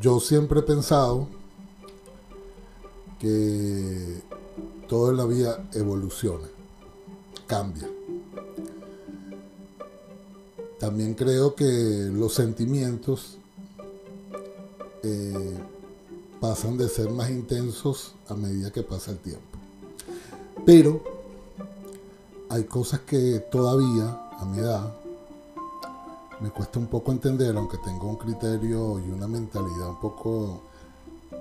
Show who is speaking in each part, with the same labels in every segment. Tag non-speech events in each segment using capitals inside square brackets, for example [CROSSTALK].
Speaker 1: yo siempre he pensado que todo en la vida evoluciona, cambia. También creo que los sentimientos eh, pasan de ser más intensos a medida que pasa el tiempo. Pero hay cosas que todavía, a mi edad, me cuesta un poco entender, aunque tengo un criterio y una mentalidad un poco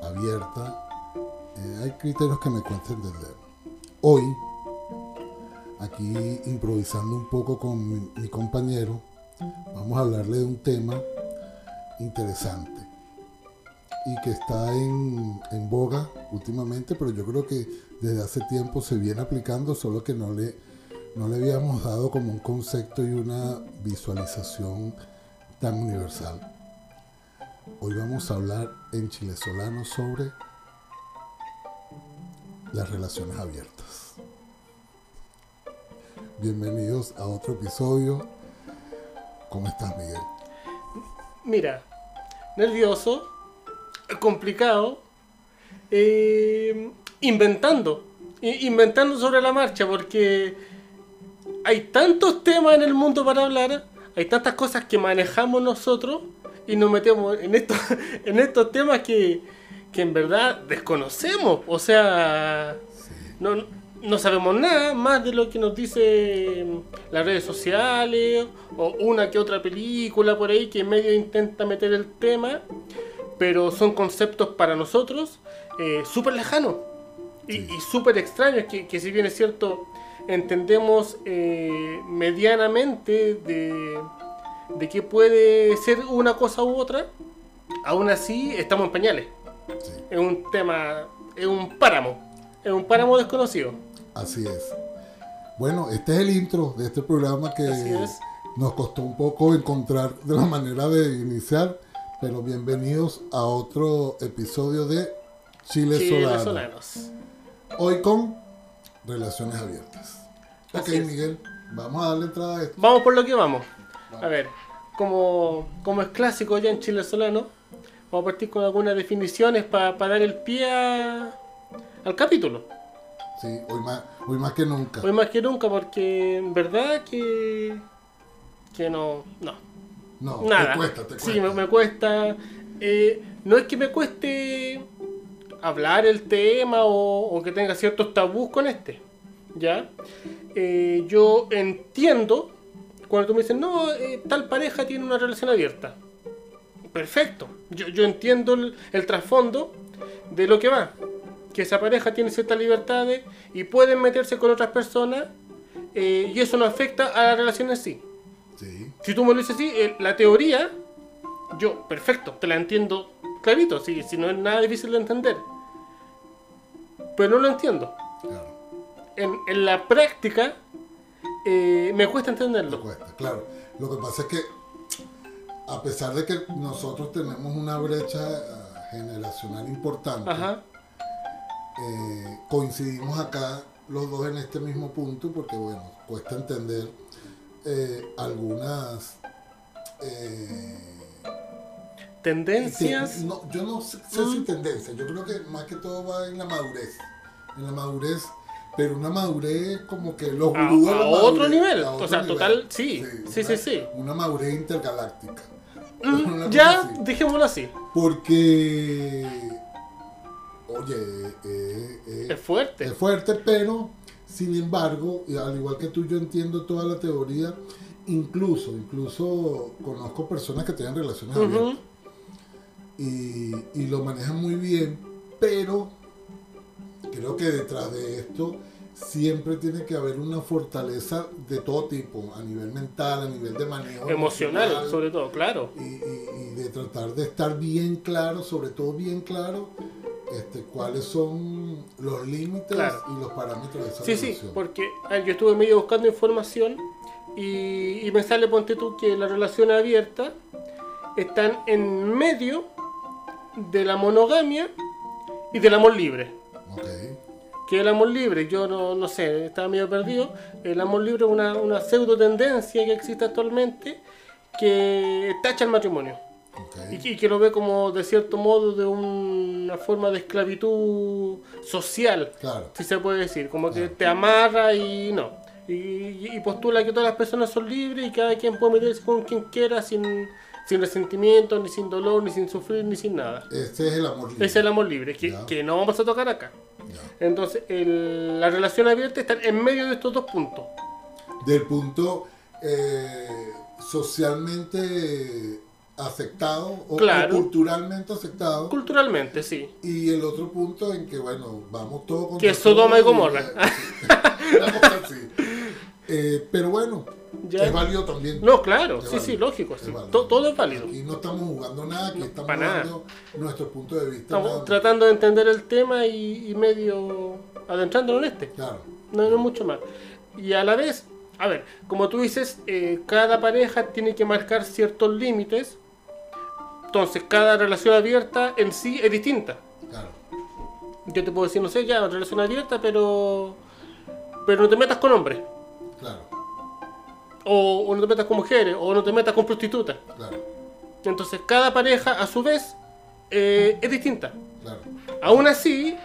Speaker 1: abierta, eh, hay criterios que me cuesta entender. Hoy, aquí improvisando un poco con mi, mi compañero, vamos a hablarle de un tema interesante y que está en, en, boga últimamente, pero yo creo que desde hace tiempo se viene aplicando, solo que no le, no le habíamos dado como un concepto y una visualización tan universal. Hoy vamos a hablar en Chile Solano sobre las relaciones abiertas. Bienvenidos a otro episodio. ¿Cómo estás, Miguel?
Speaker 2: Mira, nervioso, complicado, eh, inventando, inventando sobre la marcha, porque hay tantos temas en el mundo para hablar, hay tantas cosas que manejamos nosotros y nos metemos en estos, [LAUGHS] en estos temas que, que en verdad desconocemos, o sea, sí. no, no sabemos nada más de lo que nos dice em, las redes sociales o una que otra película por ahí que en medio intenta meter el tema pero son conceptos para nosotros eh, súper lejanos y, sí. y súper extraños, que, que, si bien es cierto, entendemos eh, medianamente de, de qué puede ser una cosa u otra, aún así estamos en pañales. Sí. Es un tema, es un páramo, es un páramo desconocido.
Speaker 1: Así es. Bueno, este es el intro de este programa que es. nos costó un poco encontrar de la manera de iniciar pero bienvenidos a otro episodio de Chile, Chile Solano. Solanos. Hoy con relaciones abiertas. Así ok, es. Miguel, vamos a darle entrada a esto.
Speaker 2: Vamos por lo que vamos. vamos. A ver, como, como es clásico ya en Chile Solano, vamos a partir con algunas definiciones para pa dar el pie a, al capítulo.
Speaker 1: Sí, hoy más, hoy más que nunca.
Speaker 2: Hoy más que nunca, porque en verdad que. que no. no.
Speaker 1: No, Nada. Te cuesta, te cuesta.
Speaker 2: Sí, me, me cuesta. Eh, no es que me cueste hablar el tema o, o que tenga ciertos tabús con este. ¿Ya? Eh, yo entiendo cuando tú me dices, no, eh, tal pareja tiene una relación abierta. Perfecto. Yo, yo entiendo el, el, trasfondo de lo que va. Que esa pareja tiene ciertas libertades y pueden meterse con otras personas eh, y eso no afecta a la relación en sí. Sí. Si tú me lo dices así, eh, la teoría, yo, perfecto, te la entiendo clarito, si, sí, sí, no es nada difícil de entender. Pero no lo entiendo. Claro. En, en, la práctica, eh, me cuesta entenderlo.
Speaker 1: Me cuesta, claro. Lo que pasa es que, a pesar de que nosotros tenemos una brecha ah, generacional importante, eh, coincidimos acá los dos en este mismo punto, porque bueno, cuesta entender eh, algunas eh,
Speaker 2: tendencias. Ah.
Speaker 1: Ten, no, yo no sé, sé si tendencias, yo creo que más que todo va en la madurez. En la madurez, pero una madurez como que los
Speaker 2: a, gurús. A, a madurez, otro nivel, a otro o sea, nivel. total, sí, sí, sí,
Speaker 1: una,
Speaker 2: sí, sí.
Speaker 1: Una madurez intergaláctica. [LAUGHS]
Speaker 2: Mm, ya, así. dejémoslo así.
Speaker 1: Porque. Oye, eh,
Speaker 2: es fuerte.
Speaker 1: Es fuerte, pero sin embargo, al igual que tú, yo entiendo toda la teoría. Incluso, incluso conozco personas que tienen relaciones uh -huh. abiertas y, y, lo manejan muy bien, pero creo que detrás de esto siempre tiene que haber una fortaleza de todo tipo, a nivel mental, a nivel de manejo.
Speaker 2: Emocional, emocional sobre todo, claro.
Speaker 1: Y, y, y, de tratar de estar bien claro, sobre todo bien claro, este, cuáles son los límites claro. y los parámetros de esa
Speaker 2: Sí, relación? sí, porque ver, yo estuve medio buscando información y, y, me sale, ponte tú, que las relaciones abiertas están en medio de la monogamia y del amor libre. Okay. Que el amor libre, yo no, no, sé, estaba medio perdido. El amor libre es una, una pseudo tendencia que existe actualmente que tacha el matrimonio. Y que, y que lo ve como de cierto modo de una forma de esclavitud social,
Speaker 1: Claro.
Speaker 2: si se puede decir, como que
Speaker 1: Claro.
Speaker 2: te amarra y no. Y, y postula que todas las personas son libres y cada quien puede meterse con quien quiera sin, sin resentimiento, ni sin dolor, ni sin sufrir, ni sin nada.
Speaker 1: Este es el amor libre.
Speaker 2: Es el amor libre, que,
Speaker 1: Ya.
Speaker 2: que no vamos a tocar acá.
Speaker 1: Ya.
Speaker 2: Entonces, el- la relación abierta está en medio de estos dos puntos.
Speaker 1: Del punto eh, socialmente aceptado o,
Speaker 2: Claro.
Speaker 1: o culturalmente aceptado.
Speaker 2: Culturalmente, sí.
Speaker 1: y el otro punto en que, bueno, vamos todos con eh,
Speaker 2: Que es Sodoma y Gomorra.
Speaker 1: [LAUGHS] pero bueno,
Speaker 2: Ya.
Speaker 1: es válido también.
Speaker 2: No, claro,
Speaker 1: Es
Speaker 2: sí, sí,
Speaker 1: válido,
Speaker 2: lógico.
Speaker 1: es
Speaker 2: sí.
Speaker 1: válido.
Speaker 2: To- todo es válido.
Speaker 1: Y no estamos jugando nada, que estamos
Speaker 2: pa' nada.
Speaker 1: dando nuestro punto de vista.
Speaker 2: Estamos
Speaker 1: nada.
Speaker 2: tratando de entender el tema y, y medio adentrándonos en este.
Speaker 1: Claro,
Speaker 2: No, no mucho más. Y a la vez, a ver, como tú dices, eh, cada pareja tiene que marcar ciertos límites. Entonces, cada relación abierta en sí es distinta.
Speaker 1: claro.
Speaker 2: Yo te puedo decir, no sé, ya, relación abierta, pero. Pero no te metas con hombres.
Speaker 1: Claro,
Speaker 2: O, o no te metas con mujeres. O no te metas con prostitutas.
Speaker 1: claro,
Speaker 2: Entonces, cada pareja, a su vez, eh, es distinta.
Speaker 1: claro.
Speaker 2: Aún así,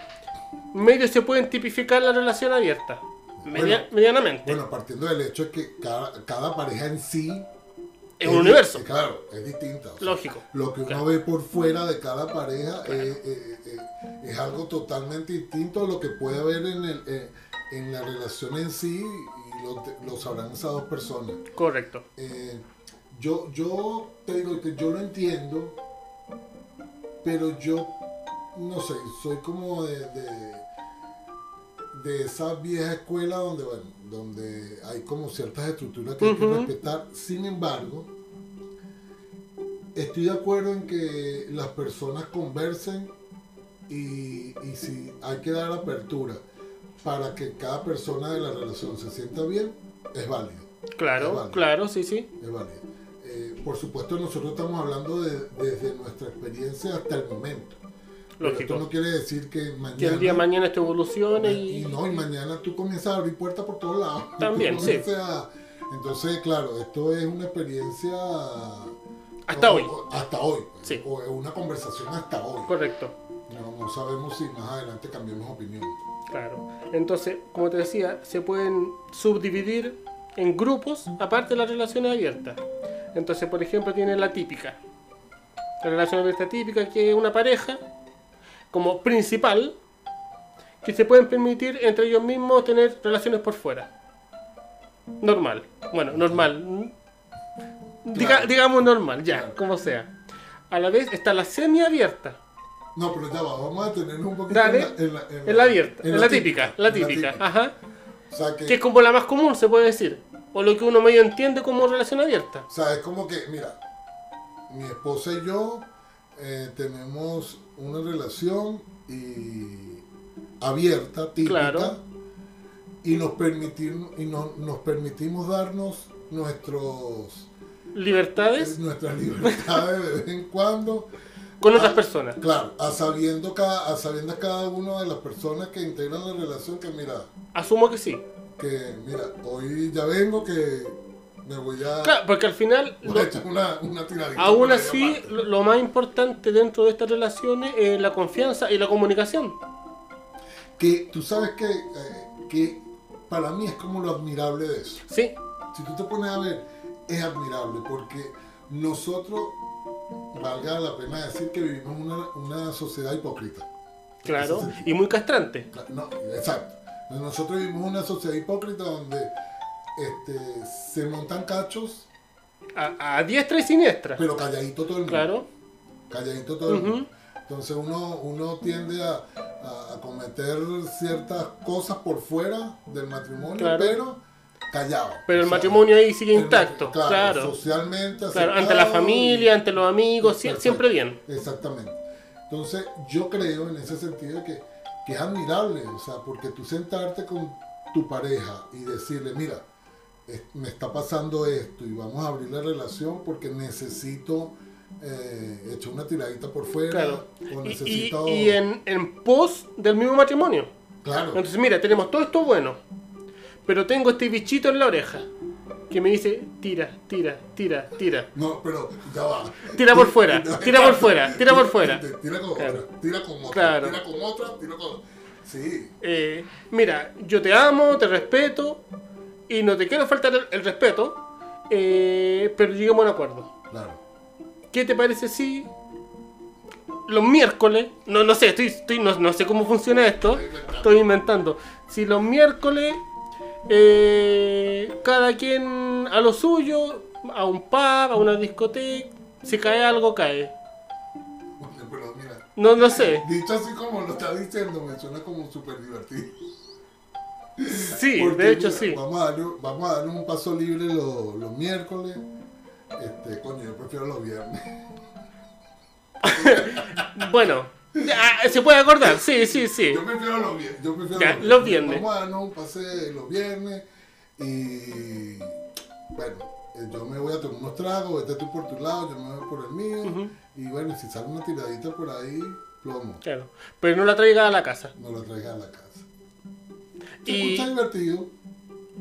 Speaker 2: medio se pueden tipificar la relación abierta. media-
Speaker 1: Bueno.
Speaker 2: medianamente.
Speaker 1: Bueno, partiendo del hecho es que cada, cada pareja en sí eh,
Speaker 2: es un universo.
Speaker 1: di- Claro, es distinta. o sea,
Speaker 2: Lógico.
Speaker 1: lo que uno
Speaker 2: Claro.
Speaker 1: ve por fuera de cada pareja eh, es, es- es- es algo totalmente distinto a lo que puede haber en, el, eh, en la relación en sí y lo, te- lo sabrán esas dos personas.
Speaker 2: Correcto.
Speaker 1: Eh, yo, yo te digo que yo lo entiendo, pero yo no sé, soy como de, de, de esa vieja escuela donde, bueno, donde hay como ciertas estructuras que hay que
Speaker 2: Ujú.
Speaker 1: respetar. Sin embargo, estoy de acuerdo en que las personas conversen y, y si hay que dar apertura para que cada persona de la relación se sienta bien, es válido.
Speaker 2: Claro,
Speaker 1: Vale.
Speaker 2: claro, sí, sí.
Speaker 1: Es válido. Eh, por supuesto, nosotros estamos hablando de- desde nuestra experiencia hasta el momento. Pero
Speaker 2: Lógico.
Speaker 1: esto no quiere decir que mañana.
Speaker 2: Que el día de mañana esto evolucione
Speaker 1: y,
Speaker 2: y.
Speaker 1: no, y mañana tú comienzas a abrir puertas por todos lados. [LAUGHS] Y tú
Speaker 2: También, sí.
Speaker 1: comienzas a- entonces, claro, esto es una experiencia.
Speaker 2: Hasta
Speaker 1: o-
Speaker 2: hoy.
Speaker 1: o- hasta hoy. pues,
Speaker 2: Sí.
Speaker 1: O es una conversación hasta hoy.
Speaker 2: Correcto.
Speaker 1: No, no sabemos si más adelante cambiamos opinión.
Speaker 2: Claro. Entonces, como te decía, se pueden subdividir en grupos aparte de las relaciones abiertas. Entonces, por ejemplo, tiene la típica. La relación abierta típica que es una pareja como principal que se pueden permitir entre ellos mismos tener relaciones por fuera. Normal. Bueno, normal. Diga-
Speaker 1: Claro.
Speaker 2: Digamos normal, ya,
Speaker 1: Claro.
Speaker 2: como sea. A la vez está la semiabierta.
Speaker 1: No, pero ya va, vamos a tener un poquito
Speaker 2: Dale.
Speaker 1: en la, en la- en
Speaker 2: Es la abierta.
Speaker 1: en
Speaker 2: es la típica. La
Speaker 1: en
Speaker 2: típica. Ajá.
Speaker 1: O sea que-
Speaker 2: que es como la más común, se puede decir. O lo que uno medio entiende como relación abierta.
Speaker 1: O sea, es como que, mira, mi esposa y yo eh, tenemos una relación y abierta, típica,
Speaker 2: Claro.
Speaker 1: y, nos permitir, y no- nos permitimos darnos nuestros,
Speaker 2: Libertades
Speaker 1: nuestras libertades de vez en cuando.
Speaker 2: con otras
Speaker 1: Ah,
Speaker 2: personas.
Speaker 1: Claro, a sabiendo cada, a sabiendas cada una de las personas que integran la relación que mira,
Speaker 2: Asumo que sí.
Speaker 1: que mira, hoy ya vengo que me voy a,
Speaker 2: Claro, porque al final,
Speaker 1: voy
Speaker 2: lo-
Speaker 1: a echar una, una tiradita por
Speaker 2: aún
Speaker 1: ahí
Speaker 2: así,
Speaker 1: aparte.
Speaker 2: lo, lo más importante dentro de estas relaciones es la confianza y la comunicación.
Speaker 1: que tú sabes que, eh, que para mí es como lo admirable de eso.
Speaker 2: Sí,
Speaker 1: Si tú te pones a ver, es admirable porque nosotros, valga la pena decir que vivimos en una, una sociedad hipócrita.
Speaker 2: claro.
Speaker 1: Eso sí.
Speaker 2: Y muy castrante.
Speaker 1: Cla- No, exacto. Nosotros vivimos en una sociedad hipócrita donde este, se montan cachos,
Speaker 2: A, a diestra y siniestra.
Speaker 1: pero calladito todo el mundo.
Speaker 2: Claro.
Speaker 1: calladito todo el
Speaker 2: Ujú.
Speaker 1: mundo. Entonces uno, uno tiende a, a- a cometer ciertas cosas por fuera del matrimonio,
Speaker 2: Claro.
Speaker 1: pero callado.
Speaker 2: Pero
Speaker 1: O
Speaker 2: el
Speaker 1: sea,
Speaker 2: matrimonio ahí sigue
Speaker 1: el matri-
Speaker 2: intacto. Claro.
Speaker 1: Socialmente aceptado
Speaker 2: Claro, ante la
Speaker 1: y-
Speaker 2: familia, ante los amigos, sie-
Speaker 1: Perfecto.
Speaker 2: siempre bien.
Speaker 1: Exactamente. Entonces yo creo en ese sentido que, que es admirable, o sea, porque tú sentarte con tu pareja y decirle, mira, es- me está pasando esto y vamos a abrir la relación porque necesito eh, echar una tiradita por fuera
Speaker 2: Claro.
Speaker 1: o
Speaker 2: Y, y-
Speaker 1: necesito...
Speaker 2: y en, en pos del mismo matrimonio.
Speaker 1: Claro,
Speaker 2: Entonces, mira, tenemos todo esto bueno, pero tengo este bichito en la oreja. que me dice tira, tira, tira, tira.
Speaker 1: No, pero ya va.
Speaker 2: Tira por
Speaker 1: [LAUGHS]
Speaker 2: fuera, tira por fuera, tira por fuera.
Speaker 1: Tira, tira con
Speaker 2: Claro.
Speaker 1: otra, tira con otra,
Speaker 2: Claro.
Speaker 1: tira con otra, tira con Sí,
Speaker 2: Eh, mira, yo te amo, te respeto y no te quiero faltar el, el respeto, eh, pero lleguemos a un acuerdo.
Speaker 1: claro.
Speaker 2: ¿Qué te parece si los miércoles, no, no sé, estoy, estoy- no, no sé cómo funciona esto, estoy inventando, si los miércoles eh, cada quien a lo suyo, a un pub, a una discoteca, si cae algo, cae.
Speaker 1: Pero mira,
Speaker 2: No,
Speaker 1: [LAUGHS]
Speaker 2: no sé,
Speaker 1: dicho así como lo está diciendo, me suena como súper divertido.
Speaker 2: sí,
Speaker 1: Porque,
Speaker 2: de hecho
Speaker 1: mira,
Speaker 2: sí.
Speaker 1: Vamos a darle, vamos a darle un paso libre los, los miércoles. Este, coño, yo prefiero los viernes.
Speaker 2: Bueno, ah, se puede acordar, sí, sí, sí.
Speaker 1: Yo prefiero los viernes. Yo prefiero
Speaker 2: Ya, los viernes.
Speaker 1: Vamos a darnos un pase los viernes. Y bueno, eh, yo me voy a tomar unos tragos. Vete tú por tu lado, yo me voy por el mío.
Speaker 2: Ujú.
Speaker 1: Y bueno, si sale una tiradita por ahí, plomo.
Speaker 2: Claro, pero no la traiga a la casa.
Speaker 1: No la traigas a la casa. Se
Speaker 2: Y
Speaker 1: escucha divertido.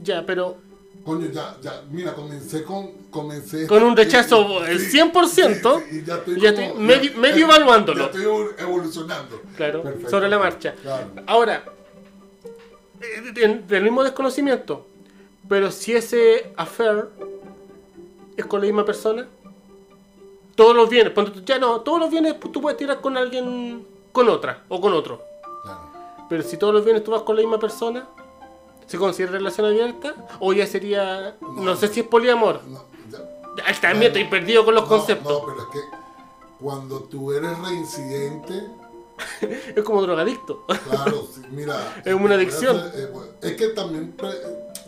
Speaker 2: ya, pero
Speaker 1: Coño, ya, ya, mira, comencé con. Comencé este
Speaker 2: con un rechazo del
Speaker 1: Sí,
Speaker 2: 100%,
Speaker 1: sí, sí, y ya estoy,
Speaker 2: ya
Speaker 1: como-
Speaker 2: estoy medio-
Speaker 1: ya-
Speaker 2: medio
Speaker 1: ya-
Speaker 2: evaluándolo.
Speaker 1: Ya estoy evol- evolucionando.
Speaker 2: claro,
Speaker 1: Perfecto.
Speaker 2: sobre la marcha.
Speaker 1: Claro.
Speaker 2: Ahora, eh, de- del mismo desconocimiento, pero si ese affair es con la misma persona, todos los bienes, ponte tú- ya no, todos los bienes tú puedes tirar con alguien, con otra o con otro.
Speaker 1: claro.
Speaker 2: Pero si todos los bienes tú vas con la misma persona, ¿se considera relación abierta? O ya sería, no,
Speaker 1: No.
Speaker 2: sé si es poliamor.
Speaker 1: No, ya-
Speaker 2: Ay, También estoy perdido con los
Speaker 1: no,
Speaker 2: conceptos.
Speaker 1: No, pero es que cuando tú eres reincidente,
Speaker 2: Es como drogadicto.
Speaker 1: claro, sí, mira.
Speaker 2: [LAUGHS] Es una adicción.
Speaker 1: eh, bueno, Es que también pre-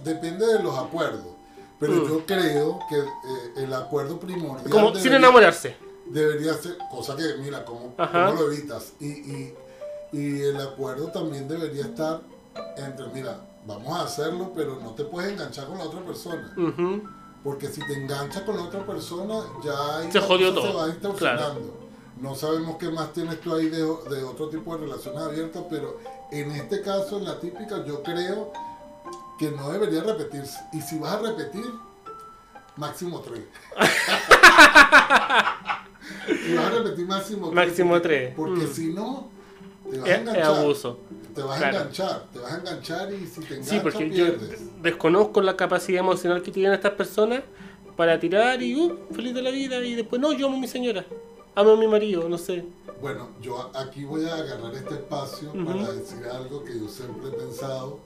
Speaker 1: depende de los acuerdos. Pero
Speaker 2: Mm.
Speaker 1: yo creo que eh, el acuerdo primordial.
Speaker 2: Como sin
Speaker 1: debería-
Speaker 2: enamorarse.
Speaker 1: debería ser, cosa que mira, ¿cómo,
Speaker 2: Ajá.
Speaker 1: cómo lo evitas? Y, y, y el acuerdo también debería estar entre, mira, vamos a hacerlo, pero no te puedes enganchar con la otra persona.
Speaker 2: Ujú.
Speaker 1: Porque si te enganchas con la otra persona, ya ahí
Speaker 2: Se
Speaker 1: la
Speaker 2: jodió
Speaker 1: cosa
Speaker 2: todo,
Speaker 1: va distorsionando. No sabemos qué más tienes tú ahí de, de otro tipo de relaciones abiertas, pero en este caso, en la típica, yo creo que no debería repetirse. Y si vas a repetir, máximo
Speaker 2: [LAUGHS]
Speaker 1: tres. y vas a repetir máximo tres.
Speaker 2: Máximo tres.
Speaker 1: Porque
Speaker 2: Mm.
Speaker 1: si no, te vas a
Speaker 2: Es, es
Speaker 1: enganchar.
Speaker 2: abuso.
Speaker 1: Te vas
Speaker 2: claro.
Speaker 1: a enganchar, te vas a enganchar y si te enganchas,
Speaker 2: Sí, porque yo
Speaker 1: pierdes.
Speaker 2: desconozco la capacidad emocional que tienen estas personas para tirar y uh, feliz de la vida. Y después, no, yo amo a mi señora. Amo a mi marido, no sé.
Speaker 1: Bueno, yo a- aquí voy a agarrar este espacio
Speaker 2: Ujú.
Speaker 1: para decir algo que yo siempre he pensado.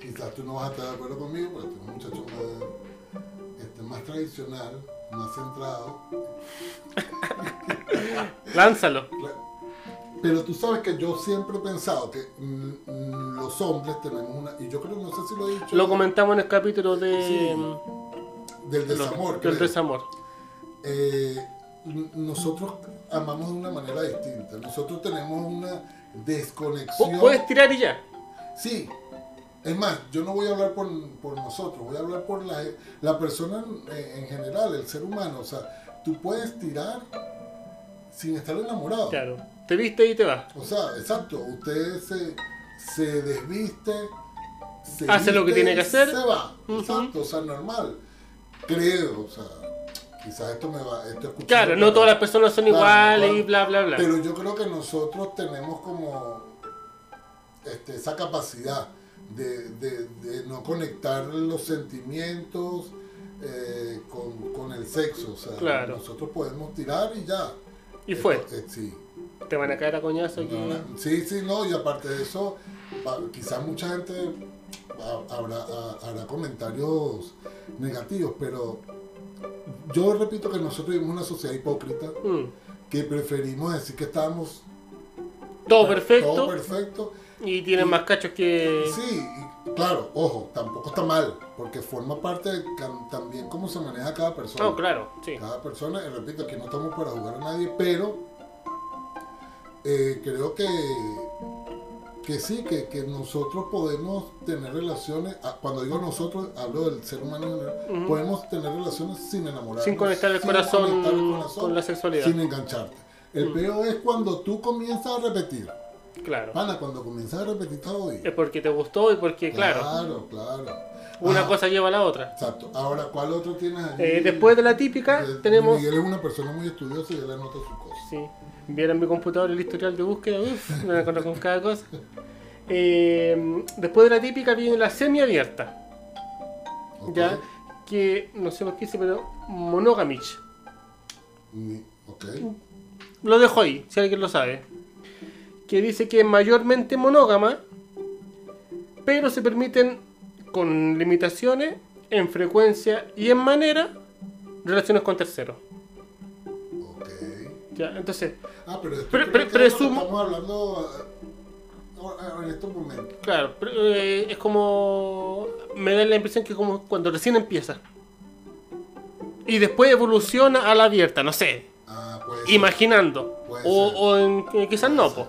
Speaker 1: Quizás tú no vas a estar de acuerdo conmigo, porque tú eres un muchacho más, este, más tradicional, más centrado.
Speaker 2: Lánzalo.
Speaker 1: Pero tú sabes que yo siempre he pensado que mm, mm, los hombres tenemos una, y yo creo, no sé si lo he dicho,
Speaker 2: Lo comentamos en el capítulo de,
Speaker 1: Sí, del
Speaker 2: de los-
Speaker 1: desamor.
Speaker 2: del
Speaker 1: creo.
Speaker 2: desamor.
Speaker 1: Eh, n- nosotros amamos de una manera distinta. Nosotros tenemos una
Speaker 2: Pu-
Speaker 1: desconexión.
Speaker 2: Puedes tirar y ya.
Speaker 1: Sí. Es más, yo no voy a hablar por, por nosotros, voy a hablar por la, la persona en, en general, el ser humano. O sea, tú puedes tirar sin estar enamorado.
Speaker 2: Claro. Te viste y te vas.
Speaker 1: O sea, exacto, usted se, se desviste, se
Speaker 2: Hace lo que
Speaker 1: viste
Speaker 2: tiene que
Speaker 1: y
Speaker 2: hacer.
Speaker 1: Se va,
Speaker 2: Ujú.
Speaker 1: exacto, o sea, normal. Creo, o sea, quizás esto me va... Esto escuchando-
Speaker 2: Claro, no todas las personas son
Speaker 1: Claro,
Speaker 2: iguales
Speaker 1: claro.
Speaker 2: y bla, bla, bla.
Speaker 1: Pero yo creo que nosotros tenemos como este, esa capacidad de, de- de no conectar los sentimientos eh, con, con el sexo. O sea,
Speaker 2: Claro.
Speaker 1: nosotros podemos tirar y ya.
Speaker 2: y fue.
Speaker 1: Eh, sí.
Speaker 2: Te van a caer a coñazo aquí.
Speaker 1: No, na- sí, sí, no, y aparte de eso, pa- quizás mucha gente ha- habrá, ha- hará comentarios negativos, pero yo repito que nosotros vivimos en una sociedad hipócrita
Speaker 2: Mm.
Speaker 1: que preferimos decir que estábamos
Speaker 2: Todo perfecto.
Speaker 1: todo perfecto.
Speaker 2: y tienen más cachos que.
Speaker 1: Sí, y claro, ojo, tampoco está mal, porque forma parte de cam- también cómo se maneja cada persona.
Speaker 2: No, claro, sí.
Speaker 1: Cada persona, y repito, que no estamos para jugar a nadie, pero eh, creo que, que sí, que, que nosotros podemos tener relaciones, ah, cuando digo nosotros, hablo del ser humano en general,
Speaker 2: Ujú.
Speaker 1: podemos tener relaciones sin enamorarnos.
Speaker 2: Sin conectar el
Speaker 1: sin
Speaker 2: corazón
Speaker 1: conectar el corazón,
Speaker 2: con la sexualidad.
Speaker 1: Sin engancharte. El
Speaker 2: Mm.
Speaker 1: peor es cuando tú comienzas a repetir.
Speaker 2: Claro.
Speaker 1: Pana, cuando comienzas a repetir todo. y- Ah.
Speaker 2: Es porque te gustó y porque, claro.
Speaker 1: Claro, claro.
Speaker 2: Una
Speaker 1: Ajá.
Speaker 2: cosa lleva a la otra.
Speaker 1: Exacto. Ahora, ¿cuál otro tienes allí?
Speaker 2: Eh, después de la típica,
Speaker 1: Eh,
Speaker 2: tenemos.
Speaker 1: Miguel es una persona muy estudiosa y él anota sus cosas.
Speaker 2: Sí, vieran mi computador el historial de búsqueda, uff, me encuentro con cada cosa. Eh, después de la típica viene la semiabierta,
Speaker 1: Ok.
Speaker 2: ya que no sé por qué dice, pero monogamich.
Speaker 1: Ni- ok.
Speaker 2: Lo dejo ahí, si alguien lo sabe. Que dice que es mayormente monógama, pero se permiten con limitaciones en frecuencia y en manera relaciones con terceros.
Speaker 1: Ok.
Speaker 2: Ya, entonces,
Speaker 1: Ah, pero, esto creo
Speaker 2: Pre- pre-
Speaker 1: que es
Speaker 2: presumo-
Speaker 1: lo que Estamos hablando eh, ahora- en estos momentos.
Speaker 2: Claro, pero, eh, es como. Me da la impresión que es como cuando recién empieza. Y después evoluciona a la abierta, no sé.
Speaker 1: Ah, pues.
Speaker 2: Imaginando.
Speaker 1: Puede
Speaker 2: O,
Speaker 1: ser.
Speaker 2: o en- eh, quizás
Speaker 1: Puede
Speaker 2: no,
Speaker 1: ser.
Speaker 2: po.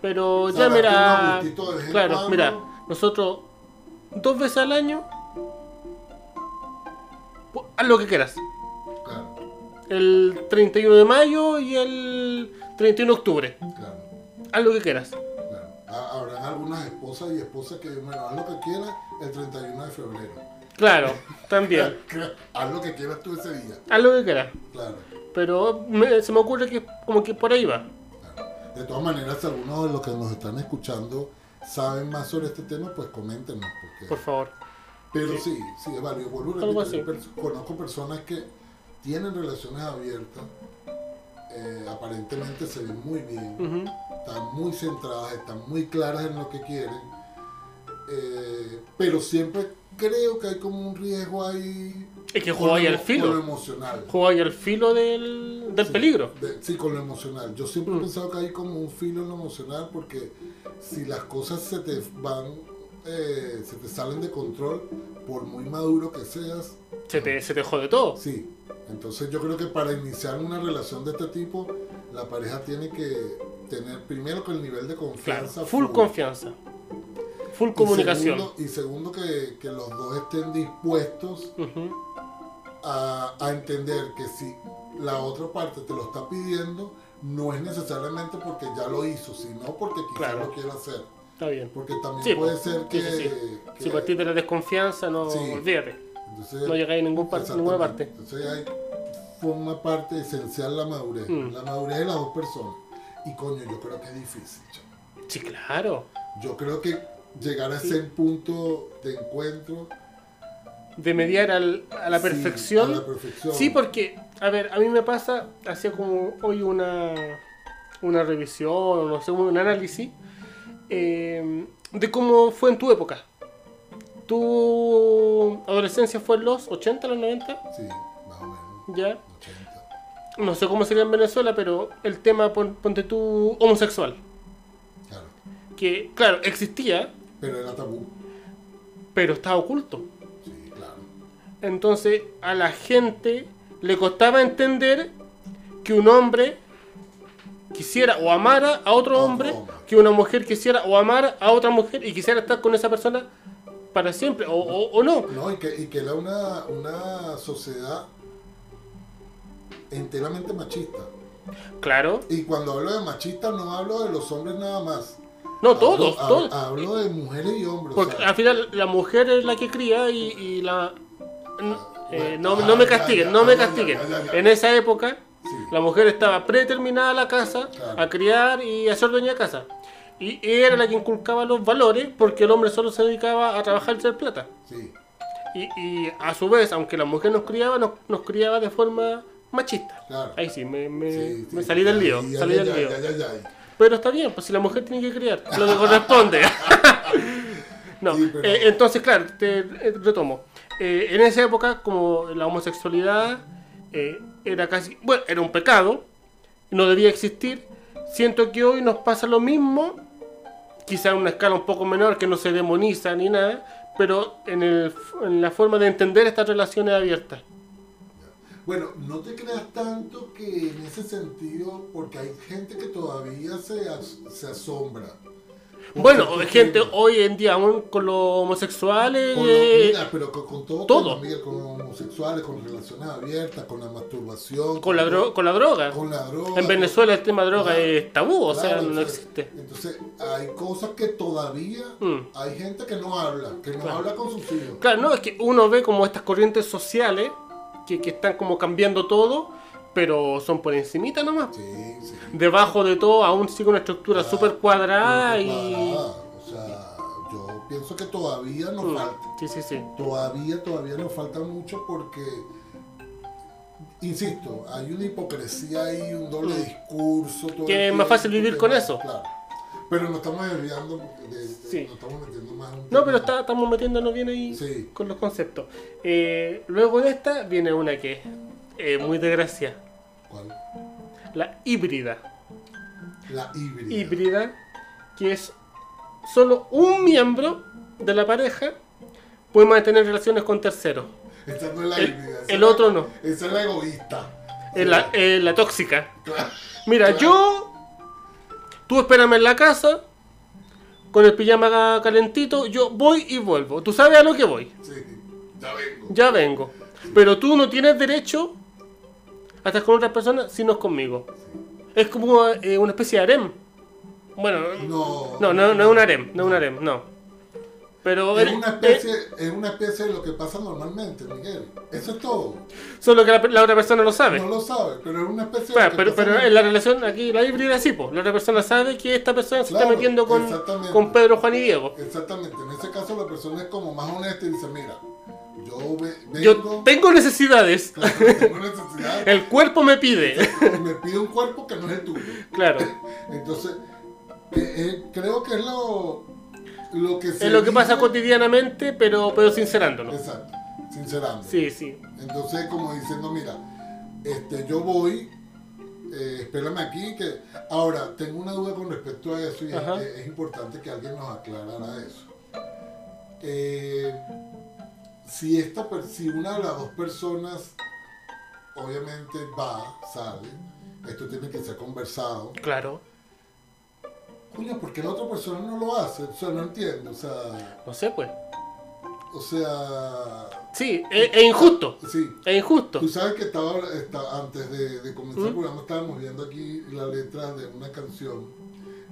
Speaker 2: Pero
Speaker 1: O sea,
Speaker 2: ya
Speaker 1: darte
Speaker 2: mira.
Speaker 1: unos ¿eh? gustitos de vez en
Speaker 2: Claro,
Speaker 1: cuando.
Speaker 2: mira, nosotros dos veces al año. po- Haz lo que quieras.
Speaker 1: Claro,
Speaker 2: El 31 de mayo y el 31 de octubre.
Speaker 1: claro.
Speaker 2: Haz lo que quieras.
Speaker 1: Claro. Ha- Habrán algunas esposas y esposas que, bueno, haz lo que quieras el 31 de febrero.
Speaker 2: Claro, también.
Speaker 1: [LAUGHS] haz lo que quieras tú ese día.
Speaker 2: Haz lo que quieras.
Speaker 1: Claro,
Speaker 2: Pero me- se me ocurre que como que por ahí va.
Speaker 1: claro. De todas maneras, si algunos de los que nos están escuchando saben más sobre este tema, pues coméntenos. Porque...
Speaker 2: Por favor.
Speaker 1: Pero sí, sí, es válido. Vuelvo y
Speaker 2: Algo
Speaker 1: repito, yo
Speaker 2: así.
Speaker 1: perso- conozco personas que tienen relaciones abiertas, eh, aparentemente se ven muy bien.
Speaker 2: Ujú.
Speaker 1: están muy centradas, están muy claras en lo que quieren, eh, pero siempre creo que hay como un riesgo ahí.
Speaker 2: Es que
Speaker 1: con
Speaker 2: juega ahí
Speaker 1: lo-
Speaker 2: al
Speaker 1: Con lo
Speaker 2: filo.
Speaker 1: emocional.
Speaker 2: Juega ahí al filo del, del
Speaker 1: Sí,
Speaker 2: peligro.
Speaker 1: de- sí, con lo emocional. Yo siempre he
Speaker 2: Mm.
Speaker 1: pensado que hay como un filo en lo emocional porque si las cosas se te van, eh, se te salen de control, por muy maduro que seas,
Speaker 2: Se te, se te jode todo.
Speaker 1: Sí, entonces yo creo que para iniciar una relación de este tipo, la pareja tiene que tener primero que el nivel de
Speaker 2: Claro.
Speaker 1: confianza.
Speaker 2: Full confianza. Full comunicación.
Speaker 1: Y segundo, y segundo que, que los dos estén dispuestos
Speaker 2: Ujú.
Speaker 1: a, a entender que si la otra parte te lo está pidiendo, no es necesariamente porque ya lo hizo, sino porque quizás
Speaker 2: Claro.
Speaker 1: lo quiera hacer.
Speaker 2: Está bien.
Speaker 1: Porque también
Speaker 2: Sí,
Speaker 1: puede
Speaker 2: pues,
Speaker 1: ser
Speaker 2: sí,
Speaker 1: que...
Speaker 2: sí, sí.
Speaker 1: que-
Speaker 2: Si partís de la desconfianza, no
Speaker 1: Sí.
Speaker 2: olvídate.
Speaker 1: entonces-
Speaker 2: No llegáis a ningún par- ninguna
Speaker 1: Exactamente.
Speaker 2: parte.
Speaker 1: Entonces hay, forma parte esencial la madurez.
Speaker 2: Mm.
Speaker 1: La madurez de las dos personas. Y coño, yo creo que es difícil. chamo.
Speaker 2: Sí, claro.
Speaker 1: Yo creo que llegar a ese punto de encuentro.
Speaker 2: De mediar al- a la
Speaker 1: sí,
Speaker 2: perfección.
Speaker 1: a la perfección.
Speaker 2: Sí, porque, a ver, a mí me pasa, hacía como hoy una, una revisión, o no sé, un análisis, eh, de cómo fue en tu época. ¿Tu adolescencia fue en los 80, los 90?
Speaker 1: Sí, más o menos.
Speaker 2: Ya.
Speaker 1: 80.
Speaker 2: No sé cómo sería en Venezuela, pero el tema, pon- ponte tú, homosexual.
Speaker 1: Claro.
Speaker 2: Que, claro, existía,
Speaker 1: Pero era tabú.
Speaker 2: pero estaba oculto.
Speaker 1: Sí, claro.
Speaker 2: Entonces a la gente le costaba entender que un hombre quisiera o amara a otro
Speaker 1: Otro
Speaker 2: hombre,
Speaker 1: hombre.
Speaker 2: que una mujer quisiera o amara a otra mujer y quisiera estar con esa persona para siempre, o, o- o no.
Speaker 1: No, y que, y que era una, una sociedad enteramente machista.
Speaker 2: Claro,
Speaker 1: Y cuando hablo de machista no hablo de los hombres nada más.
Speaker 2: no
Speaker 1: Hablo-
Speaker 2: todos,
Speaker 1: hab-
Speaker 2: todos.
Speaker 1: Hablo de mujeres y hombres.
Speaker 2: Porque
Speaker 1: o sea,
Speaker 2: al final la mujer es la que cría y, y la... n- eh, no, no me
Speaker 1: Ah, ya,
Speaker 2: castiguen,
Speaker 1: ya,
Speaker 2: no me
Speaker 1: ya, ya,
Speaker 2: castiguen.
Speaker 1: ya, ya, ya.
Speaker 2: En esa época
Speaker 1: sí,
Speaker 2: La mujer estaba predeterminada a la casa,
Speaker 1: Claro.
Speaker 2: a criar y a ser dueña de casa. Y era la que inculcaba los valores porque el hombre solo se dedicaba a trabajar y ser plata.
Speaker 1: sí,
Speaker 2: Y, y a su vez, aunque la mujer nos criaba, nos, nos criaba de forma machista.
Speaker 1: claro.
Speaker 2: Ahí sí, me, me-
Speaker 1: Sí, sí,
Speaker 2: eh, me salí del
Speaker 1: ya,
Speaker 2: lío.
Speaker 1: ya,
Speaker 2: salí
Speaker 1: ya,
Speaker 2: del
Speaker 1: ya,
Speaker 2: lío.
Speaker 1: ya, ya, ya.
Speaker 2: Pero está bien, pues si la mujer tiene que criar, lo que corresponde. [LAUGHS] no,
Speaker 1: Sí, pero-
Speaker 2: eh, entonces, claro, te eh, retomo. Eh, en esa época, como la homosexualidad eh, era casi. Bueno, era un pecado, no debía existir. Siento que hoy nos pasa lo mismo, quizá en una escala un poco menor, que no se demoniza ni nada, pero en, el, en la forma de entender estas relaciones abiertas.
Speaker 1: Bueno, no te creas tanto que en ese sentido, porque hay gente que todavía se, as- se asombra.
Speaker 2: Bueno, gente hoy en día, aún con los homosexuales.
Speaker 1: Con lo-
Speaker 2: eh,
Speaker 1: mira, pero con, con todo,
Speaker 2: todo.
Speaker 1: tema, mira, con los homosexuales, con relaciones abiertas, con la masturbación,
Speaker 2: con la, dro- con la droga.
Speaker 1: con la droga.
Speaker 2: En Venezuela el tema droga
Speaker 1: Claro.
Speaker 2: es tabú, o sea,
Speaker 1: Claro,
Speaker 2: no
Speaker 1: entonces-
Speaker 2: existe.
Speaker 1: Entonces, hay cosas que todavía
Speaker 2: Mm.
Speaker 1: hay gente que no habla, que no habla con sus hijos.
Speaker 2: Claro, no, es que uno ve como estas corrientes sociales que, que están como cambiando todo, pero son por encimita nomás.
Speaker 1: Sí, sí.
Speaker 2: Debajo de todo aún sigue una estructura
Speaker 1: Claro.
Speaker 2: súper cuadrada y...
Speaker 1: Preparada. O sea, yo pienso que todavía nos
Speaker 2: Mm,
Speaker 1: falta.
Speaker 2: Sí, sí, sí.
Speaker 1: Todavía, todavía nos falta mucho porque, insisto, hay una hipocresía ahí, un doble discurso. todo
Speaker 2: Mm. Que
Speaker 1: el
Speaker 2: es más
Speaker 1: tiempo,
Speaker 2: fácil vivir
Speaker 1: que
Speaker 2: con
Speaker 1: no-
Speaker 2: eso.
Speaker 1: Claro. Pero nos estamos desviando, de- de-
Speaker 2: Sí.
Speaker 1: nos estamos metiendo más. en un
Speaker 2: No,
Speaker 1: tema.
Speaker 2: pero está- estamos metiéndonos bien ahí
Speaker 1: Sí.
Speaker 2: con los conceptos. Eh, luego de esta viene una que es eh, muy de gracia,
Speaker 1: ¿Cuál?
Speaker 2: la híbrida.
Speaker 1: La híbrida.
Speaker 2: Híbrida, que es solo un miembro de la pareja puede mantener relaciones con terceros.
Speaker 1: Esta no es la
Speaker 2: El-
Speaker 1: híbrida. esa
Speaker 2: el
Speaker 1: es la-
Speaker 2: otro no.
Speaker 1: Esa es la egoísta.
Speaker 2: Es la, es la tóxica.
Speaker 1: Claro.
Speaker 2: Mira,
Speaker 1: Claro.
Speaker 2: yo. Tú espérame en la casa. Con el pijama calentito. Yo voy y vuelvo. Tú sabes a lo que voy.
Speaker 1: Sí, ya vengo.
Speaker 2: Ya vengo. Pero tú no tienes derecho a estar con otra persona si no es conmigo. Es como eh, una especie de harem. Bueno,
Speaker 1: No.
Speaker 2: no, no, no es un harem. eh. No es un harem, no. Pero
Speaker 1: Es
Speaker 2: el-
Speaker 1: una, especie, es una especie de lo que pasa normalmente, Miguel. Eso es todo.
Speaker 2: eh, solo que la, la otra persona lo sabe.
Speaker 1: No lo sabes, pero es una especie
Speaker 2: Claro,
Speaker 1: de.
Speaker 2: pero, pero en la relación aquí, la híbrida sí, po. la otra persona sabe que esta persona se
Speaker 1: Claro,
Speaker 2: está metiendo con,
Speaker 1: exactamente.
Speaker 2: con Pedro, Juan y Diego.
Speaker 1: Exactamente. En ese caso, la persona es como más honesta y dice: Mira, yo ve-
Speaker 2: Yo
Speaker 1: vengo.
Speaker 2: tengo necesidades,
Speaker 1: claro, tengo necesidad.
Speaker 2: el cuerpo me pide.
Speaker 1: y me pide un cuerpo que no es el tuyo.
Speaker 2: Claro,
Speaker 1: Entonces, eh, eh, creo que es lo, lo que se.
Speaker 2: es lo que pasa
Speaker 1: dice-
Speaker 2: cotidianamente, pero, pero sincerándonos.
Speaker 1: Exacto, sinceramente.
Speaker 2: Sí, sí,
Speaker 1: Entonces, como diciendo, mira, este, yo voy, eh, espérame aquí, que ahora tengo una duda con respecto a eso y es,
Speaker 2: Ajá.
Speaker 1: es importante que alguien nos aclarara eso. Eh, si, esta, per- si una de las dos personas obviamente va, sale, esto tiene que ser conversado.
Speaker 2: claro.
Speaker 1: Coño, ¿por qué la otra persona no lo hace? O sea, no entiendo. O sea,
Speaker 2: No sé, pues.
Speaker 1: o sea
Speaker 2: Sí, es, es injusto.
Speaker 1: sí,
Speaker 2: Es injusto.
Speaker 1: Tú sabes que estaba, esta- antes de, de comenzar
Speaker 2: ¿Mm?
Speaker 1: el programa estábamos viendo aquí la letra de una canción